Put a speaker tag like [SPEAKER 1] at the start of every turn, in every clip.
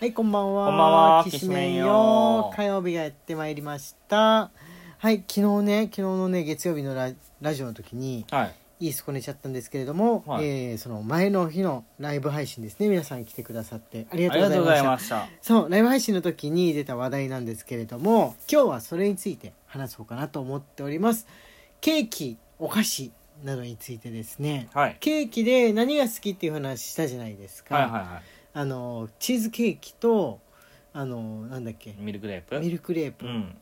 [SPEAKER 1] はい、こんばんは。
[SPEAKER 2] こんばんは
[SPEAKER 1] きしめ
[SPEAKER 2] き
[SPEAKER 1] ん
[SPEAKER 2] しめんよ
[SPEAKER 1] よ。火曜日がやってまいりました。はい、昨日ね、昨日のね、月曜日のララジオの時に、
[SPEAKER 2] はい
[SPEAKER 1] いいすこねちゃったんですけれども、
[SPEAKER 2] はい
[SPEAKER 1] えーその前の日のライブ配信ですね、皆さん来てくださってあり
[SPEAKER 2] あ
[SPEAKER 1] がと
[SPEAKER 2] り
[SPEAKER 1] うご
[SPEAKER 2] が
[SPEAKER 1] ざ
[SPEAKER 2] と
[SPEAKER 1] いう
[SPEAKER 2] ご
[SPEAKER 1] ま
[SPEAKER 2] ざい
[SPEAKER 1] した。
[SPEAKER 2] ました
[SPEAKER 1] そう、ライブ配信の時に出た話題なんですけれども、今日はそれについて話そうかなと思っております。ケーキ、お菓子などについてですね、
[SPEAKER 2] はい
[SPEAKER 1] ケーキで何が好きっていう話したじゃないですか。
[SPEAKER 2] はいはいは
[SPEAKER 1] あのチーズケーキとあのなんだっけ
[SPEAKER 2] いミルクレープ
[SPEAKER 1] ミルクレープ、
[SPEAKER 2] うん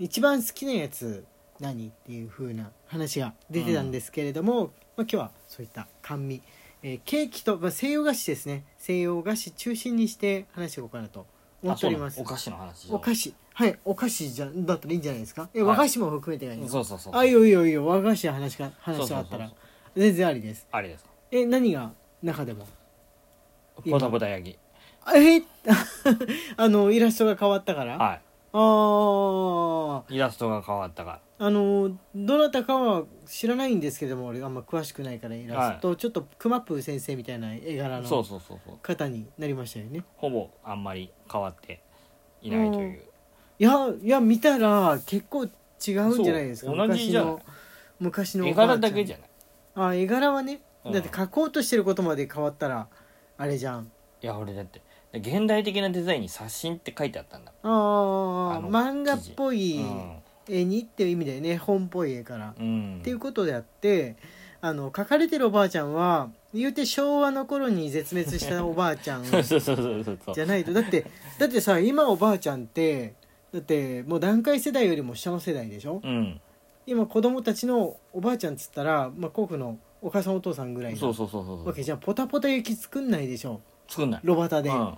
[SPEAKER 1] 一番好きなやつ何っていう風な話が出てたんですけれども、まあ、今日はそういった甘味、えーケーキと、まあ、西洋菓子ですね西洋菓子中心にして話していこうかなと思
[SPEAKER 2] あ
[SPEAKER 1] って
[SPEAKER 2] そ
[SPEAKER 1] お
[SPEAKER 2] う
[SPEAKER 1] り
[SPEAKER 2] な
[SPEAKER 1] ま
[SPEAKER 2] の
[SPEAKER 1] す
[SPEAKER 2] お菓子の話
[SPEAKER 1] お菓子はいお菓子じゃだったらいいんじゃないですかえ
[SPEAKER 2] はい
[SPEAKER 1] 和菓子も含めてがいいです、
[SPEAKER 2] そうそうそう
[SPEAKER 1] あいいよいいよいいよ和菓子の話か
[SPEAKER 2] そう
[SPEAKER 1] 話
[SPEAKER 2] そ
[SPEAKER 1] があ
[SPEAKER 2] う
[SPEAKER 1] っ
[SPEAKER 2] そ
[SPEAKER 1] た
[SPEAKER 2] う
[SPEAKER 1] ら全然ありです
[SPEAKER 2] あれですか
[SPEAKER 1] え何が中でも今
[SPEAKER 2] ポタポタヤギ
[SPEAKER 1] え あのイラストが変わったから、
[SPEAKER 2] は
[SPEAKER 1] あー
[SPEAKER 2] いイラストが変わったか
[SPEAKER 1] あのどなたかは知らないんですけども俺あんま詳しくないからイラスト、ちょっとクマプー先生みたいな絵柄
[SPEAKER 2] らそう
[SPEAKER 1] の
[SPEAKER 2] そうそうそう
[SPEAKER 1] 方になりましたよね
[SPEAKER 2] ほぼあんまり変わっていないという
[SPEAKER 1] いやいや見たら結構違うんじゃないですか
[SPEAKER 2] そう同じじゃない
[SPEAKER 1] 昔の
[SPEAKER 2] 絵
[SPEAKER 1] 昔のおばあちゃ
[SPEAKER 2] 柄
[SPEAKER 1] ん
[SPEAKER 2] だけじゃない
[SPEAKER 1] あ絵柄はね
[SPEAKER 2] うん
[SPEAKER 1] だって描こうとしてることまで変わったらあれじゃん
[SPEAKER 2] いや俺だって現代的なデザインに刷新って書いてあったんだ
[SPEAKER 1] あー
[SPEAKER 2] あの
[SPEAKER 1] 漫画っぽ
[SPEAKER 2] う
[SPEAKER 1] い
[SPEAKER 2] ん
[SPEAKER 1] 絵にっていう意味だよね本っぽい絵から
[SPEAKER 2] うん
[SPEAKER 1] っていうことであってあの書かれてるおばあちゃんは言うて昭和の頃に絶滅したおばあちゃ ん
[SPEAKER 2] そう
[SPEAKER 1] じ
[SPEAKER 2] そうそうそうそう
[SPEAKER 1] ゃないとだってだってさ今おばあちゃんってだってもう団塊世代よりも下の世代でしょ
[SPEAKER 2] うん
[SPEAKER 1] 今子供たちのおばあちゃんっつったら、まあ、甲府のお母さんお父さんぐらい
[SPEAKER 2] そう
[SPEAKER 1] の
[SPEAKER 2] そうそうそうそ
[SPEAKER 1] わ
[SPEAKER 2] う
[SPEAKER 1] けじゃんポタポタ雪作んないでしょ
[SPEAKER 2] 作んない
[SPEAKER 1] ロバタで、
[SPEAKER 2] うん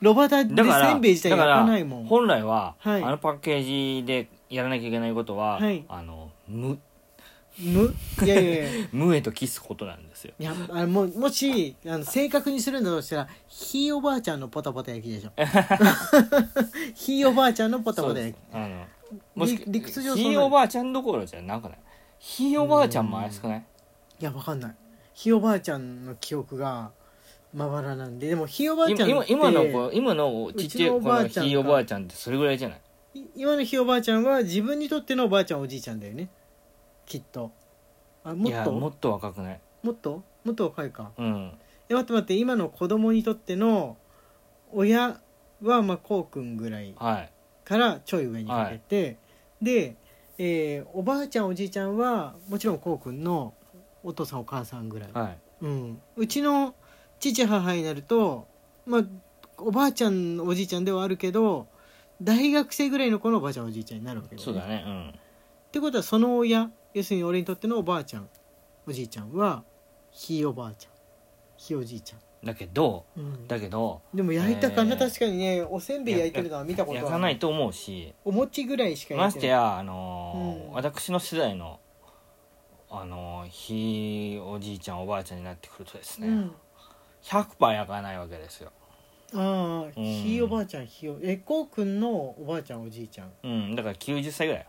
[SPEAKER 1] ロバタで
[SPEAKER 2] だから
[SPEAKER 1] せんべい自体
[SPEAKER 2] だから
[SPEAKER 1] 焼かないもん
[SPEAKER 2] 本来は、
[SPEAKER 1] はい
[SPEAKER 2] あのパッケージでやらなきゃいけないことは、
[SPEAKER 1] はい
[SPEAKER 2] あの無
[SPEAKER 1] むいやいやいや
[SPEAKER 2] 無へとキスことなんですよ
[SPEAKER 1] いやあのもうもしあの正確にするんだとしたらひいおばあちゃんのポタポタ焼きで しょひいおばあちゃんのポタポタ焼き
[SPEAKER 2] そうですあのもし
[SPEAKER 1] 理理屈上そうなる
[SPEAKER 2] ひいおばあちゃんどころじゃなくないひいおばあちゃんも怪しくない
[SPEAKER 1] いやわかんないひいおばあちゃんの記憶がまばらなんででもひいおばあちゃんっ
[SPEAKER 2] 今
[SPEAKER 1] て
[SPEAKER 2] 今今の子今のちっちゃいう
[SPEAKER 1] ちのお
[SPEAKER 2] 子
[SPEAKER 1] ばあ
[SPEAKER 2] の
[SPEAKER 1] ちゃんか
[SPEAKER 2] ひいおばあちゃんってそれぐらいじゃない
[SPEAKER 1] い今のひいおばあちゃんは自分にとってのおばあちゃんおじいちゃんだよねきっとあも
[SPEAKER 2] い
[SPEAKER 1] っ
[SPEAKER 2] や
[SPEAKER 1] と
[SPEAKER 2] も
[SPEAKER 1] も
[SPEAKER 2] っと若くない
[SPEAKER 1] っともっと若いか
[SPEAKER 2] うん
[SPEAKER 1] え待って待って今の子供にとっての親はまあこうくんぐらい
[SPEAKER 2] はい
[SPEAKER 1] からちょい上にかけて、で、えーおばあちゃんおじいちゃんはもちろんこうくんのお父さんお母さんぐらい、
[SPEAKER 2] は
[SPEAKER 1] うん、うちの父母になるとまあおばあちゃんおじいちゃんではあるけど大学生ぐらいの子のおばあちゃんおじいちゃんになるわけ
[SPEAKER 2] い
[SPEAKER 1] だ
[SPEAKER 2] そ
[SPEAKER 1] よ
[SPEAKER 2] うだ
[SPEAKER 1] ね。
[SPEAKER 2] ねうん
[SPEAKER 1] ってことはその親要するに俺にとってのおばあちゃんおじいちゃんはひいおばあちゃんひいおじいちゃ
[SPEAKER 2] だけど
[SPEAKER 1] ん、うん、
[SPEAKER 2] だけど
[SPEAKER 1] でも焼いたかな、
[SPEAKER 2] えー
[SPEAKER 1] 確かにねおせんべい焼いてるのは見たこと
[SPEAKER 2] 焼かないと思うし
[SPEAKER 1] お餅ぐらいしか
[SPEAKER 2] ま
[SPEAKER 1] 焼
[SPEAKER 2] して
[SPEAKER 1] いてない
[SPEAKER 2] やあのー
[SPEAKER 1] うん
[SPEAKER 2] 私の世代のあのーひいおじいちゃんおばあちゃんになってくるとですね、
[SPEAKER 1] うん
[SPEAKER 2] 100%焼かないわけですよ、
[SPEAKER 1] ああ、
[SPEAKER 2] うん
[SPEAKER 1] ひいおばあちゃんひいおえこうくんのおばあちゃんおじいちゃん
[SPEAKER 2] うん、だから90歳ぐらいよ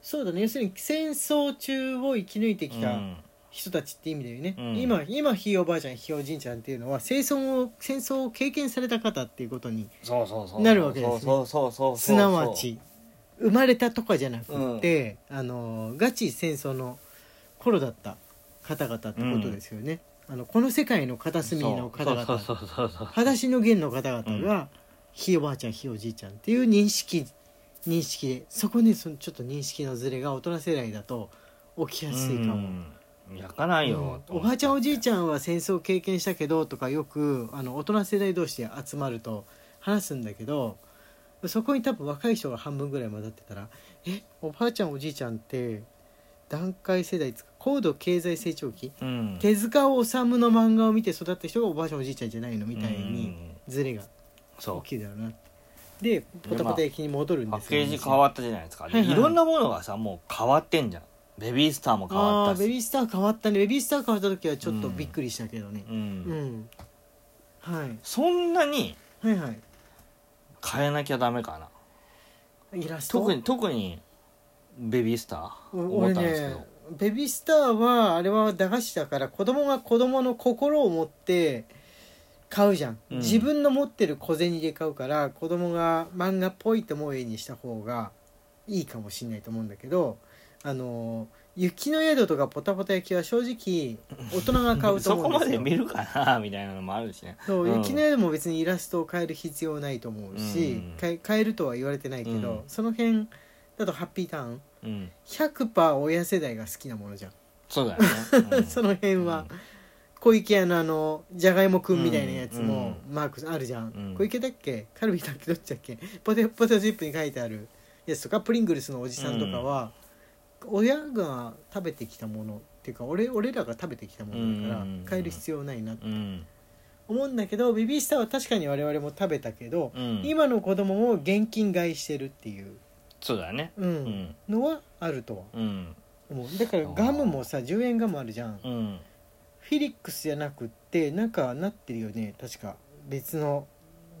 [SPEAKER 1] そうだね要するに戦争中を生き抜いてき
[SPEAKER 2] う
[SPEAKER 1] た
[SPEAKER 2] ん
[SPEAKER 1] 人たちって意味だよね、
[SPEAKER 2] うん
[SPEAKER 1] 今今ひいおばあちゃんひいおじいちゃんっていうのは戦争を戦争を経験された方っていうことに
[SPEAKER 2] そうそうそう
[SPEAKER 1] なるわけですね
[SPEAKER 2] そうそうそうそう
[SPEAKER 1] すなわち生まれたとかじゃなくて、あのガチ戦争の頃だった方々ってことですよね、あのこの世界の片隅の方々
[SPEAKER 2] そうそうそうそうそう
[SPEAKER 1] 裸足の弦の方々が、ひいおばあちゃんひいおじいちゃんっていう認識認識でそこねそのちょっと認識のズレが大人世代だと起きやすいかも、
[SPEAKER 2] うん焼かないよ、
[SPEAKER 1] うん
[SPEAKER 2] と
[SPEAKER 1] お
[SPEAKER 2] 思って
[SPEAKER 1] ばあちゃんおじいちゃんは戦争を経験したけどとかよくあの大人世代同士で集まると話すんだけどそこに多分若い人が半分ぐらい混ざってたら「えおばあちゃんおじいちゃんって団塊世代つか高度経済成長期
[SPEAKER 2] うん
[SPEAKER 1] 手塚治虫の漫画を見て育った人がおばあちゃんおじいちゃんじゃないの」みたいに
[SPEAKER 2] うん
[SPEAKER 1] ズレが
[SPEAKER 2] そ
[SPEAKER 1] 大きいだろうなでポタポタ駅に戻る
[SPEAKER 2] うんパ
[SPEAKER 1] で
[SPEAKER 2] ッ
[SPEAKER 1] すよ
[SPEAKER 2] ケージ変わったじゃないですか、
[SPEAKER 1] はいはい
[SPEAKER 2] いろんなものがさもう変わってんじゃんベビースターも変わっ
[SPEAKER 1] あー
[SPEAKER 2] たし
[SPEAKER 1] ベビースター変わったねベビースター変わった時はちょっと
[SPEAKER 2] うん
[SPEAKER 1] びっくりしたけどね
[SPEAKER 2] う、
[SPEAKER 1] うんん、はい
[SPEAKER 2] そんなに
[SPEAKER 1] はいはい
[SPEAKER 2] 変えなきゃダメかな
[SPEAKER 1] イラスト
[SPEAKER 2] 特に特にベビースター
[SPEAKER 1] お
[SPEAKER 2] 思っ
[SPEAKER 1] 俺
[SPEAKER 2] たんですけ
[SPEAKER 1] ね
[SPEAKER 2] ど、
[SPEAKER 1] ベビースターはあれは駄菓子だから子供が子供の心を持って買うじゃん、
[SPEAKER 2] うん
[SPEAKER 1] 自分の持ってる小銭で買うから子供が漫画っぽいと思う絵にした方がいいかもしれないと思うんだけどあの雪の宿とかポタポタ焼きは正直大人が買うと
[SPEAKER 2] そ
[SPEAKER 1] 思
[SPEAKER 2] こ
[SPEAKER 1] うん
[SPEAKER 2] ま
[SPEAKER 1] です
[SPEAKER 2] で
[SPEAKER 1] よ
[SPEAKER 2] 見るかなみたいなのもあるしね
[SPEAKER 1] そう、
[SPEAKER 2] うん
[SPEAKER 1] 雪の宿も別にイラストを変える必要ないと思うし、
[SPEAKER 2] うん
[SPEAKER 1] かえ変えるとは言われてないけど、
[SPEAKER 2] うん
[SPEAKER 1] その辺だとハッピーターン
[SPEAKER 2] うん
[SPEAKER 1] 100%親世代が好きなものじゃん、
[SPEAKER 2] そうだ よね、うん
[SPEAKER 1] その辺は、小池屋のあのじゃがいもくんみたいなやつ
[SPEAKER 2] うんう
[SPEAKER 1] も
[SPEAKER 2] ん
[SPEAKER 1] マークあるじゃん、
[SPEAKER 2] うん
[SPEAKER 1] 小池だっけカルビだっけどっちだっけポテポテトチップに書いてあるやつとかプリングルスのおじさんとかは、親が食べてきたものっていうか俺俺らが食べてきたものだから
[SPEAKER 2] うん
[SPEAKER 1] 変える必要ないなって
[SPEAKER 2] うん
[SPEAKER 1] 思うんだけどベビースターは確かに我々も食べたけど、
[SPEAKER 2] うん、
[SPEAKER 1] 今の子供も現金買いしてるっていう、
[SPEAKER 2] そうだね
[SPEAKER 1] うん
[SPEAKER 2] うん
[SPEAKER 1] のはあるとは
[SPEAKER 2] うん
[SPEAKER 1] 思うだからガムもさ10円ガムあるじゃん、
[SPEAKER 2] うん
[SPEAKER 1] フィリックスじゃなくってなんかなってるよね確か別の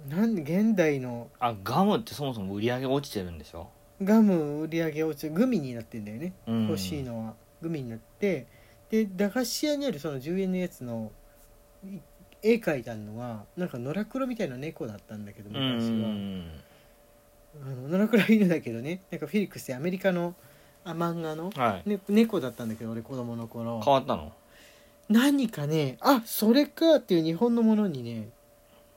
[SPEAKER 1] なんで現代の
[SPEAKER 2] あガムってそもそも売り上げ落ちてるんでしょ、
[SPEAKER 1] ガム売り上げ落ちグミになってんだよね、
[SPEAKER 2] うん、
[SPEAKER 1] 欲しいのはグミになってで駄菓子屋にあるその10円のやつのい絵描いたのはなんか野良黒みたいな猫だったんだけど
[SPEAKER 2] う
[SPEAKER 1] 昔は。
[SPEAKER 2] ん
[SPEAKER 1] あの野良倉犬だけどねなんかフィリックスってアメリカのあ漫画の、
[SPEAKER 2] はい
[SPEAKER 1] ね、猫だったんだけど俺子供の頃
[SPEAKER 2] 変わったの
[SPEAKER 1] 何かねあそれかっていう日本のものにね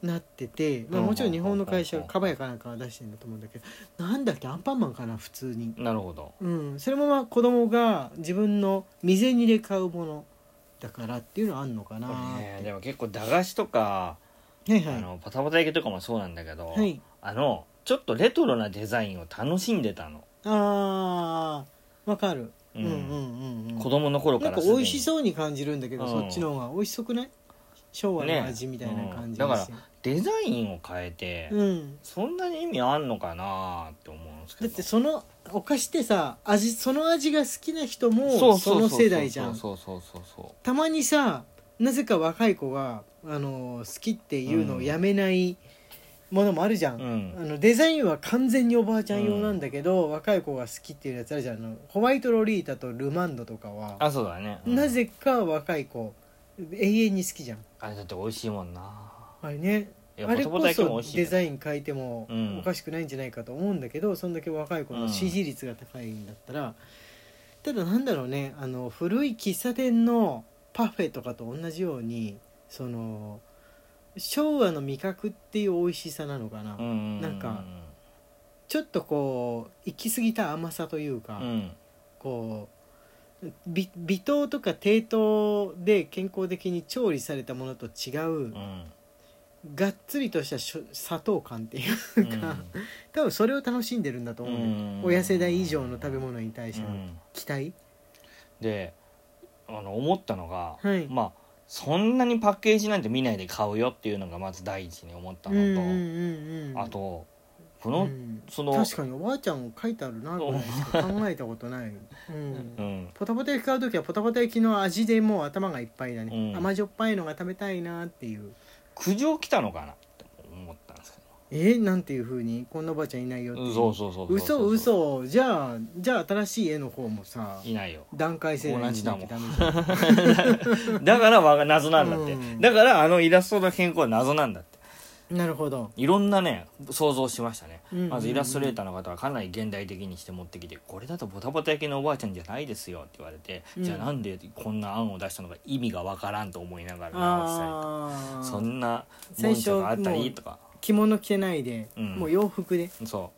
[SPEAKER 1] なってて、まあ、
[SPEAKER 2] うん
[SPEAKER 1] もちろん日本の会社
[SPEAKER 2] うん
[SPEAKER 1] がかばやかなんかは出してるんだと思うんだけどなんだっけアンパンマンかな普通に
[SPEAKER 2] なるほど
[SPEAKER 1] うんそれもまあ子供が自分の未然で買うものだからっていうのはあんのかな
[SPEAKER 2] ねえでも結構駄菓子とか、
[SPEAKER 1] はいは
[SPEAKER 2] あ
[SPEAKER 1] い
[SPEAKER 2] のパタパタ焼きとかもそうなんだけど、
[SPEAKER 1] はい
[SPEAKER 2] あのちょっとレトロなデザインを楽しんでたの、
[SPEAKER 1] あーわかる、
[SPEAKER 2] う
[SPEAKER 1] うん、うんうんうん
[SPEAKER 2] 子供の頃か
[SPEAKER 1] なん
[SPEAKER 2] ら
[SPEAKER 1] か
[SPEAKER 2] すで
[SPEAKER 1] 美
[SPEAKER 2] に
[SPEAKER 1] 味しそうに感じるんだけど、
[SPEAKER 2] うん
[SPEAKER 1] そっちの方が美味しそうくない昭和の味みたいな感じがして
[SPEAKER 2] ねデザインを変えて、
[SPEAKER 1] うん
[SPEAKER 2] そんなに意味あんのかなって思うんですけ
[SPEAKER 1] だ
[SPEAKER 2] ど
[SPEAKER 1] ってそのお菓子ってさ味その味が好きな人
[SPEAKER 2] そ
[SPEAKER 1] も
[SPEAKER 2] う
[SPEAKER 1] そ
[SPEAKER 2] そう
[SPEAKER 1] の
[SPEAKER 2] そう
[SPEAKER 1] 世代じゃん
[SPEAKER 2] そうそうそうそ
[SPEAKER 1] たまにさなぜか若い子が、あの好きっていうのをやめないものもあるじゃ、
[SPEAKER 2] うんそううん
[SPEAKER 1] あのデザインは完全におばあちゃん用なんだけど、若い子が好きっていうやつあるじゃんあのホワイトロリータとルマンドとかは
[SPEAKER 2] あそうだね、うん
[SPEAKER 1] なぜか若い子永遠に好きじゃん
[SPEAKER 2] あれだって美味しいもんな
[SPEAKER 1] あれね
[SPEAKER 2] いや
[SPEAKER 1] あ
[SPEAKER 2] ポ
[SPEAKER 1] れ
[SPEAKER 2] テ
[SPEAKER 1] こ
[SPEAKER 2] ポテ焼きも
[SPEAKER 1] そ
[SPEAKER 2] 美味しいけ
[SPEAKER 1] デ
[SPEAKER 2] ど
[SPEAKER 1] ザイン変えても
[SPEAKER 2] うん
[SPEAKER 1] おかしくないんじゃないかと思うんだけど、そんだけ若い子
[SPEAKER 2] う
[SPEAKER 1] の
[SPEAKER 2] ん
[SPEAKER 1] 支持率が高いんだったら、ただなんだろうねあの古い喫茶店のパフェとかと同じようにその昭和の味覚っていう美味しさなのか
[SPEAKER 2] う
[SPEAKER 1] な、
[SPEAKER 2] んうんうん
[SPEAKER 1] なんかちょっとこう行き過ぎた甘さというか、
[SPEAKER 2] うん
[SPEAKER 1] こう微微糖とか低糖で健康的に調理されたものと違う、
[SPEAKER 2] うん
[SPEAKER 1] がっつりとしたしょ砂糖感っていう
[SPEAKER 2] う
[SPEAKER 1] なん
[SPEAKER 2] ん
[SPEAKER 1] か多分それを楽しんでるんだと思う、ね
[SPEAKER 2] うん
[SPEAKER 1] 親世代以上の食べ物に対して
[SPEAKER 2] う
[SPEAKER 1] の
[SPEAKER 2] ん
[SPEAKER 1] 期待、
[SPEAKER 2] であの思ったのが、
[SPEAKER 1] はい
[SPEAKER 2] まあそんなにパッケージなんて見ないで買うよっていうのがまず第一に思った
[SPEAKER 1] うんうんう
[SPEAKER 2] の
[SPEAKER 1] んうん
[SPEAKER 2] とあとこ
[SPEAKER 1] う
[SPEAKER 2] の、
[SPEAKER 1] ん
[SPEAKER 2] その
[SPEAKER 1] 確かにおばあちゃん書いてあるなこれしか考えたことない、 う、
[SPEAKER 2] うんん
[SPEAKER 1] ポタポタ焼き買う時はポタポタ焼きの味でもう頭がいっぱいだね、
[SPEAKER 2] うん
[SPEAKER 1] 甘じょっぱいのが食べたいなっていう
[SPEAKER 2] 苦情来たのかなって思ったんですけ
[SPEAKER 1] えなんていうふうにこんなおばあちゃんいないよって
[SPEAKER 2] ど、
[SPEAKER 1] いう
[SPEAKER 2] うんそうそうそうそう
[SPEAKER 1] 嘘嘘じゃあじゃあ新しい絵の方もさ
[SPEAKER 2] いないよ
[SPEAKER 1] 段階性
[SPEAKER 2] 同じだもん
[SPEAKER 1] ダメじゃん
[SPEAKER 2] だからわが謎なんだって、
[SPEAKER 1] うん
[SPEAKER 2] だからあのイラストの変更は謎なんだって
[SPEAKER 1] なるほど
[SPEAKER 2] いろんなね想像しましたね、
[SPEAKER 1] うんうんうん
[SPEAKER 2] まずイラストレーターの方はかなり現代的にして持ってきて「これだとボタボタ焼きのおばあちゃんじゃないですよ」って言われて、
[SPEAKER 1] うん
[SPEAKER 2] じゃあなんでこんな案を出したのか意味がわからんと思いながら直したりとか
[SPEAKER 1] ああ
[SPEAKER 2] そんな
[SPEAKER 1] 最
[SPEAKER 2] 文
[SPEAKER 1] 初
[SPEAKER 2] 章があった
[SPEAKER 1] もう
[SPEAKER 2] りとか
[SPEAKER 1] 着物着てないで、
[SPEAKER 2] うん
[SPEAKER 1] もう洋服で
[SPEAKER 2] そ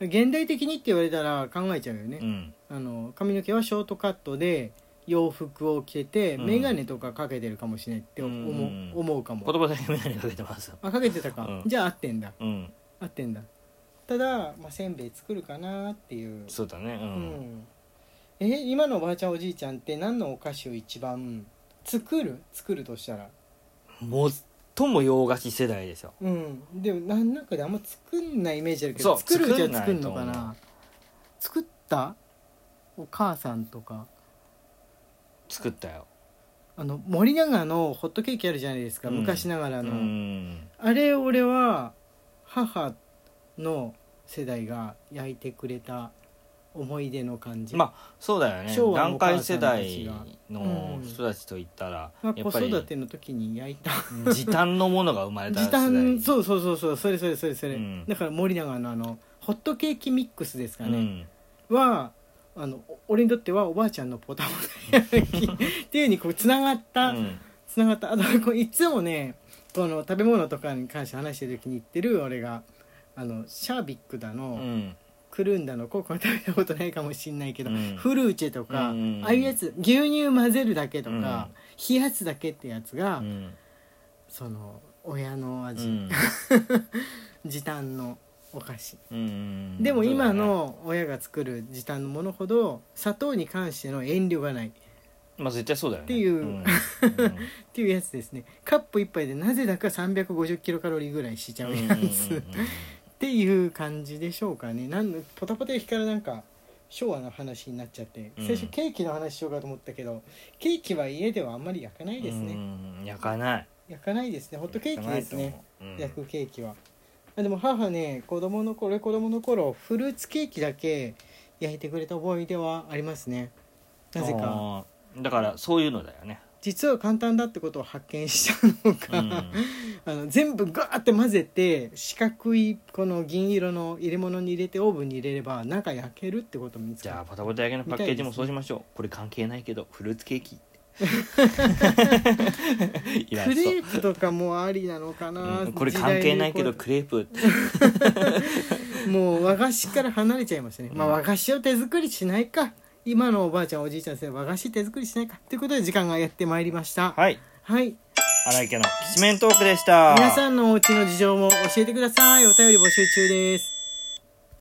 [SPEAKER 1] 現代的にって言われたら考えちゃうよね
[SPEAKER 2] う、、うん、
[SPEAKER 1] あの髪の毛はショートカットで洋服を着てて、
[SPEAKER 2] うん
[SPEAKER 1] 眼鏡とかかけてるかもしれないって思う,、
[SPEAKER 2] うん
[SPEAKER 1] 思うかも
[SPEAKER 2] ボタボタ焼き眼鏡かけてます
[SPEAKER 1] あかけてたか、
[SPEAKER 2] うん
[SPEAKER 1] じゃあ合ってんだ
[SPEAKER 2] うん
[SPEAKER 1] 合ってんだただ、まあ、せんべい作るかなっていう
[SPEAKER 2] そうだねう、
[SPEAKER 1] うんんえ今のおばあちゃんおじいちゃんって何のお菓子を一番作る作るとしたら
[SPEAKER 2] 最も洋菓子世代ですよ
[SPEAKER 1] うんでもなんなんかであんま作んないイメージあるけ
[SPEAKER 2] そ
[SPEAKER 1] ど
[SPEAKER 2] う
[SPEAKER 1] 作るじ
[SPEAKER 2] 作
[SPEAKER 1] ゃ
[SPEAKER 2] んない
[SPEAKER 1] 作んのか
[SPEAKER 2] と思
[SPEAKER 1] な作ったお母さんとか
[SPEAKER 2] 作ったよ
[SPEAKER 1] あの森永のホットケーキあるじゃないですか、
[SPEAKER 2] うん
[SPEAKER 1] 昔ながら
[SPEAKER 2] う
[SPEAKER 1] の、
[SPEAKER 2] ん
[SPEAKER 1] あれ俺は母の世代が焼いてくれた思い出の感じ、
[SPEAKER 2] まあそうだよね
[SPEAKER 1] 昭和
[SPEAKER 2] 団
[SPEAKER 1] のお母
[SPEAKER 2] 塊
[SPEAKER 1] さ
[SPEAKER 2] 世
[SPEAKER 1] んた
[SPEAKER 2] 代
[SPEAKER 1] ちが
[SPEAKER 2] の
[SPEAKER 1] うん
[SPEAKER 2] 人たちといったら、
[SPEAKER 1] まあ
[SPEAKER 2] や
[SPEAKER 1] 子
[SPEAKER 2] っぱり
[SPEAKER 1] 育ての時に焼いた
[SPEAKER 2] 時短のものが生ま れた
[SPEAKER 1] 時短
[SPEAKER 2] う
[SPEAKER 1] そうそうそうそうそれそれそれそれ、
[SPEAKER 2] うん
[SPEAKER 1] だから森永のあのホットケーキミックスですか
[SPEAKER 2] だ
[SPEAKER 1] ね、
[SPEAKER 2] ね、
[SPEAKER 1] はあのお俺にとってはおばあちゃんのポタポタ焼きっていうふうにこうつながっ
[SPEAKER 2] う
[SPEAKER 1] た、
[SPEAKER 2] んうん
[SPEAKER 1] つながったあとこういつもねこの食べ物とかに関して話してる時に言ってる俺があのシャービックだの、
[SPEAKER 2] うん
[SPEAKER 1] クルーンだのこうこれ食べたことないかもしんないけど、
[SPEAKER 2] うん
[SPEAKER 1] フルーチェとか、
[SPEAKER 2] うんうんうん
[SPEAKER 1] ああいうやつ牛乳混ぜるだけとか、
[SPEAKER 2] うん
[SPEAKER 1] 冷やすだけってやつが、
[SPEAKER 2] うん
[SPEAKER 1] その親の
[SPEAKER 2] う
[SPEAKER 1] 味、
[SPEAKER 2] ん
[SPEAKER 1] 時短のお菓子
[SPEAKER 2] うん
[SPEAKER 1] でも今の親が作る時短のものほど砂糖に関しての遠慮がないっ
[SPEAKER 2] まあ絶対そうだよね
[SPEAKER 1] っていうん
[SPEAKER 2] うん
[SPEAKER 1] ていうやつですねカップ一杯でなぜだか350キロカロリーぐらいしちゃうやつっていう感じでしょうかねなんでポタポタ焼きからなんか昭和の話になっちゃって
[SPEAKER 2] うん
[SPEAKER 1] 最初ケーキの話しようかと思ったけどケーキは家ではあんまり焼かないです
[SPEAKER 2] う
[SPEAKER 1] ね
[SPEAKER 2] ん焼かない
[SPEAKER 1] 焼かないですねホットケーキですね
[SPEAKER 2] 焼
[SPEAKER 1] 焼
[SPEAKER 2] かないと思う
[SPEAKER 1] くケーキはあでも母ね子供の頃俺子供の頃フルーツケーキだけ焼いてくれた思い出はありますね
[SPEAKER 2] うん
[SPEAKER 1] なぜか
[SPEAKER 2] あーだからそういうのだよね、
[SPEAKER 1] 実は簡単だってことを発見したの
[SPEAKER 2] う
[SPEAKER 1] か、
[SPEAKER 2] ん
[SPEAKER 1] あの全部ガーって混ぜて四角いこの銀色の入れ物に入れてオーブンに入れれば中焼けるってことを見
[SPEAKER 2] じ
[SPEAKER 1] つけ
[SPEAKER 2] ゃあ
[SPEAKER 1] た
[SPEAKER 2] ポタポタ焼きのパッケージもそうしましょう、これ関係ないけどフルーツケー キいらん
[SPEAKER 1] ク
[SPEAKER 2] そう
[SPEAKER 1] レープとかもありなのかな、
[SPEAKER 2] うんこれ関係ないけど
[SPEAKER 1] 時
[SPEAKER 2] クレープ
[SPEAKER 1] 代にこうもう和菓子から離れちゃいましたね、まあ
[SPEAKER 2] うん
[SPEAKER 1] 和菓子を手作りしないか今のおばあちゃんおじいちゃん先生和菓子手作りしないかということで時間がやってまいりました
[SPEAKER 2] はい
[SPEAKER 1] はい
[SPEAKER 2] 荒井家のきしめんトークでした
[SPEAKER 1] 皆さんのお家の事情も教えてくださいお便り募集中です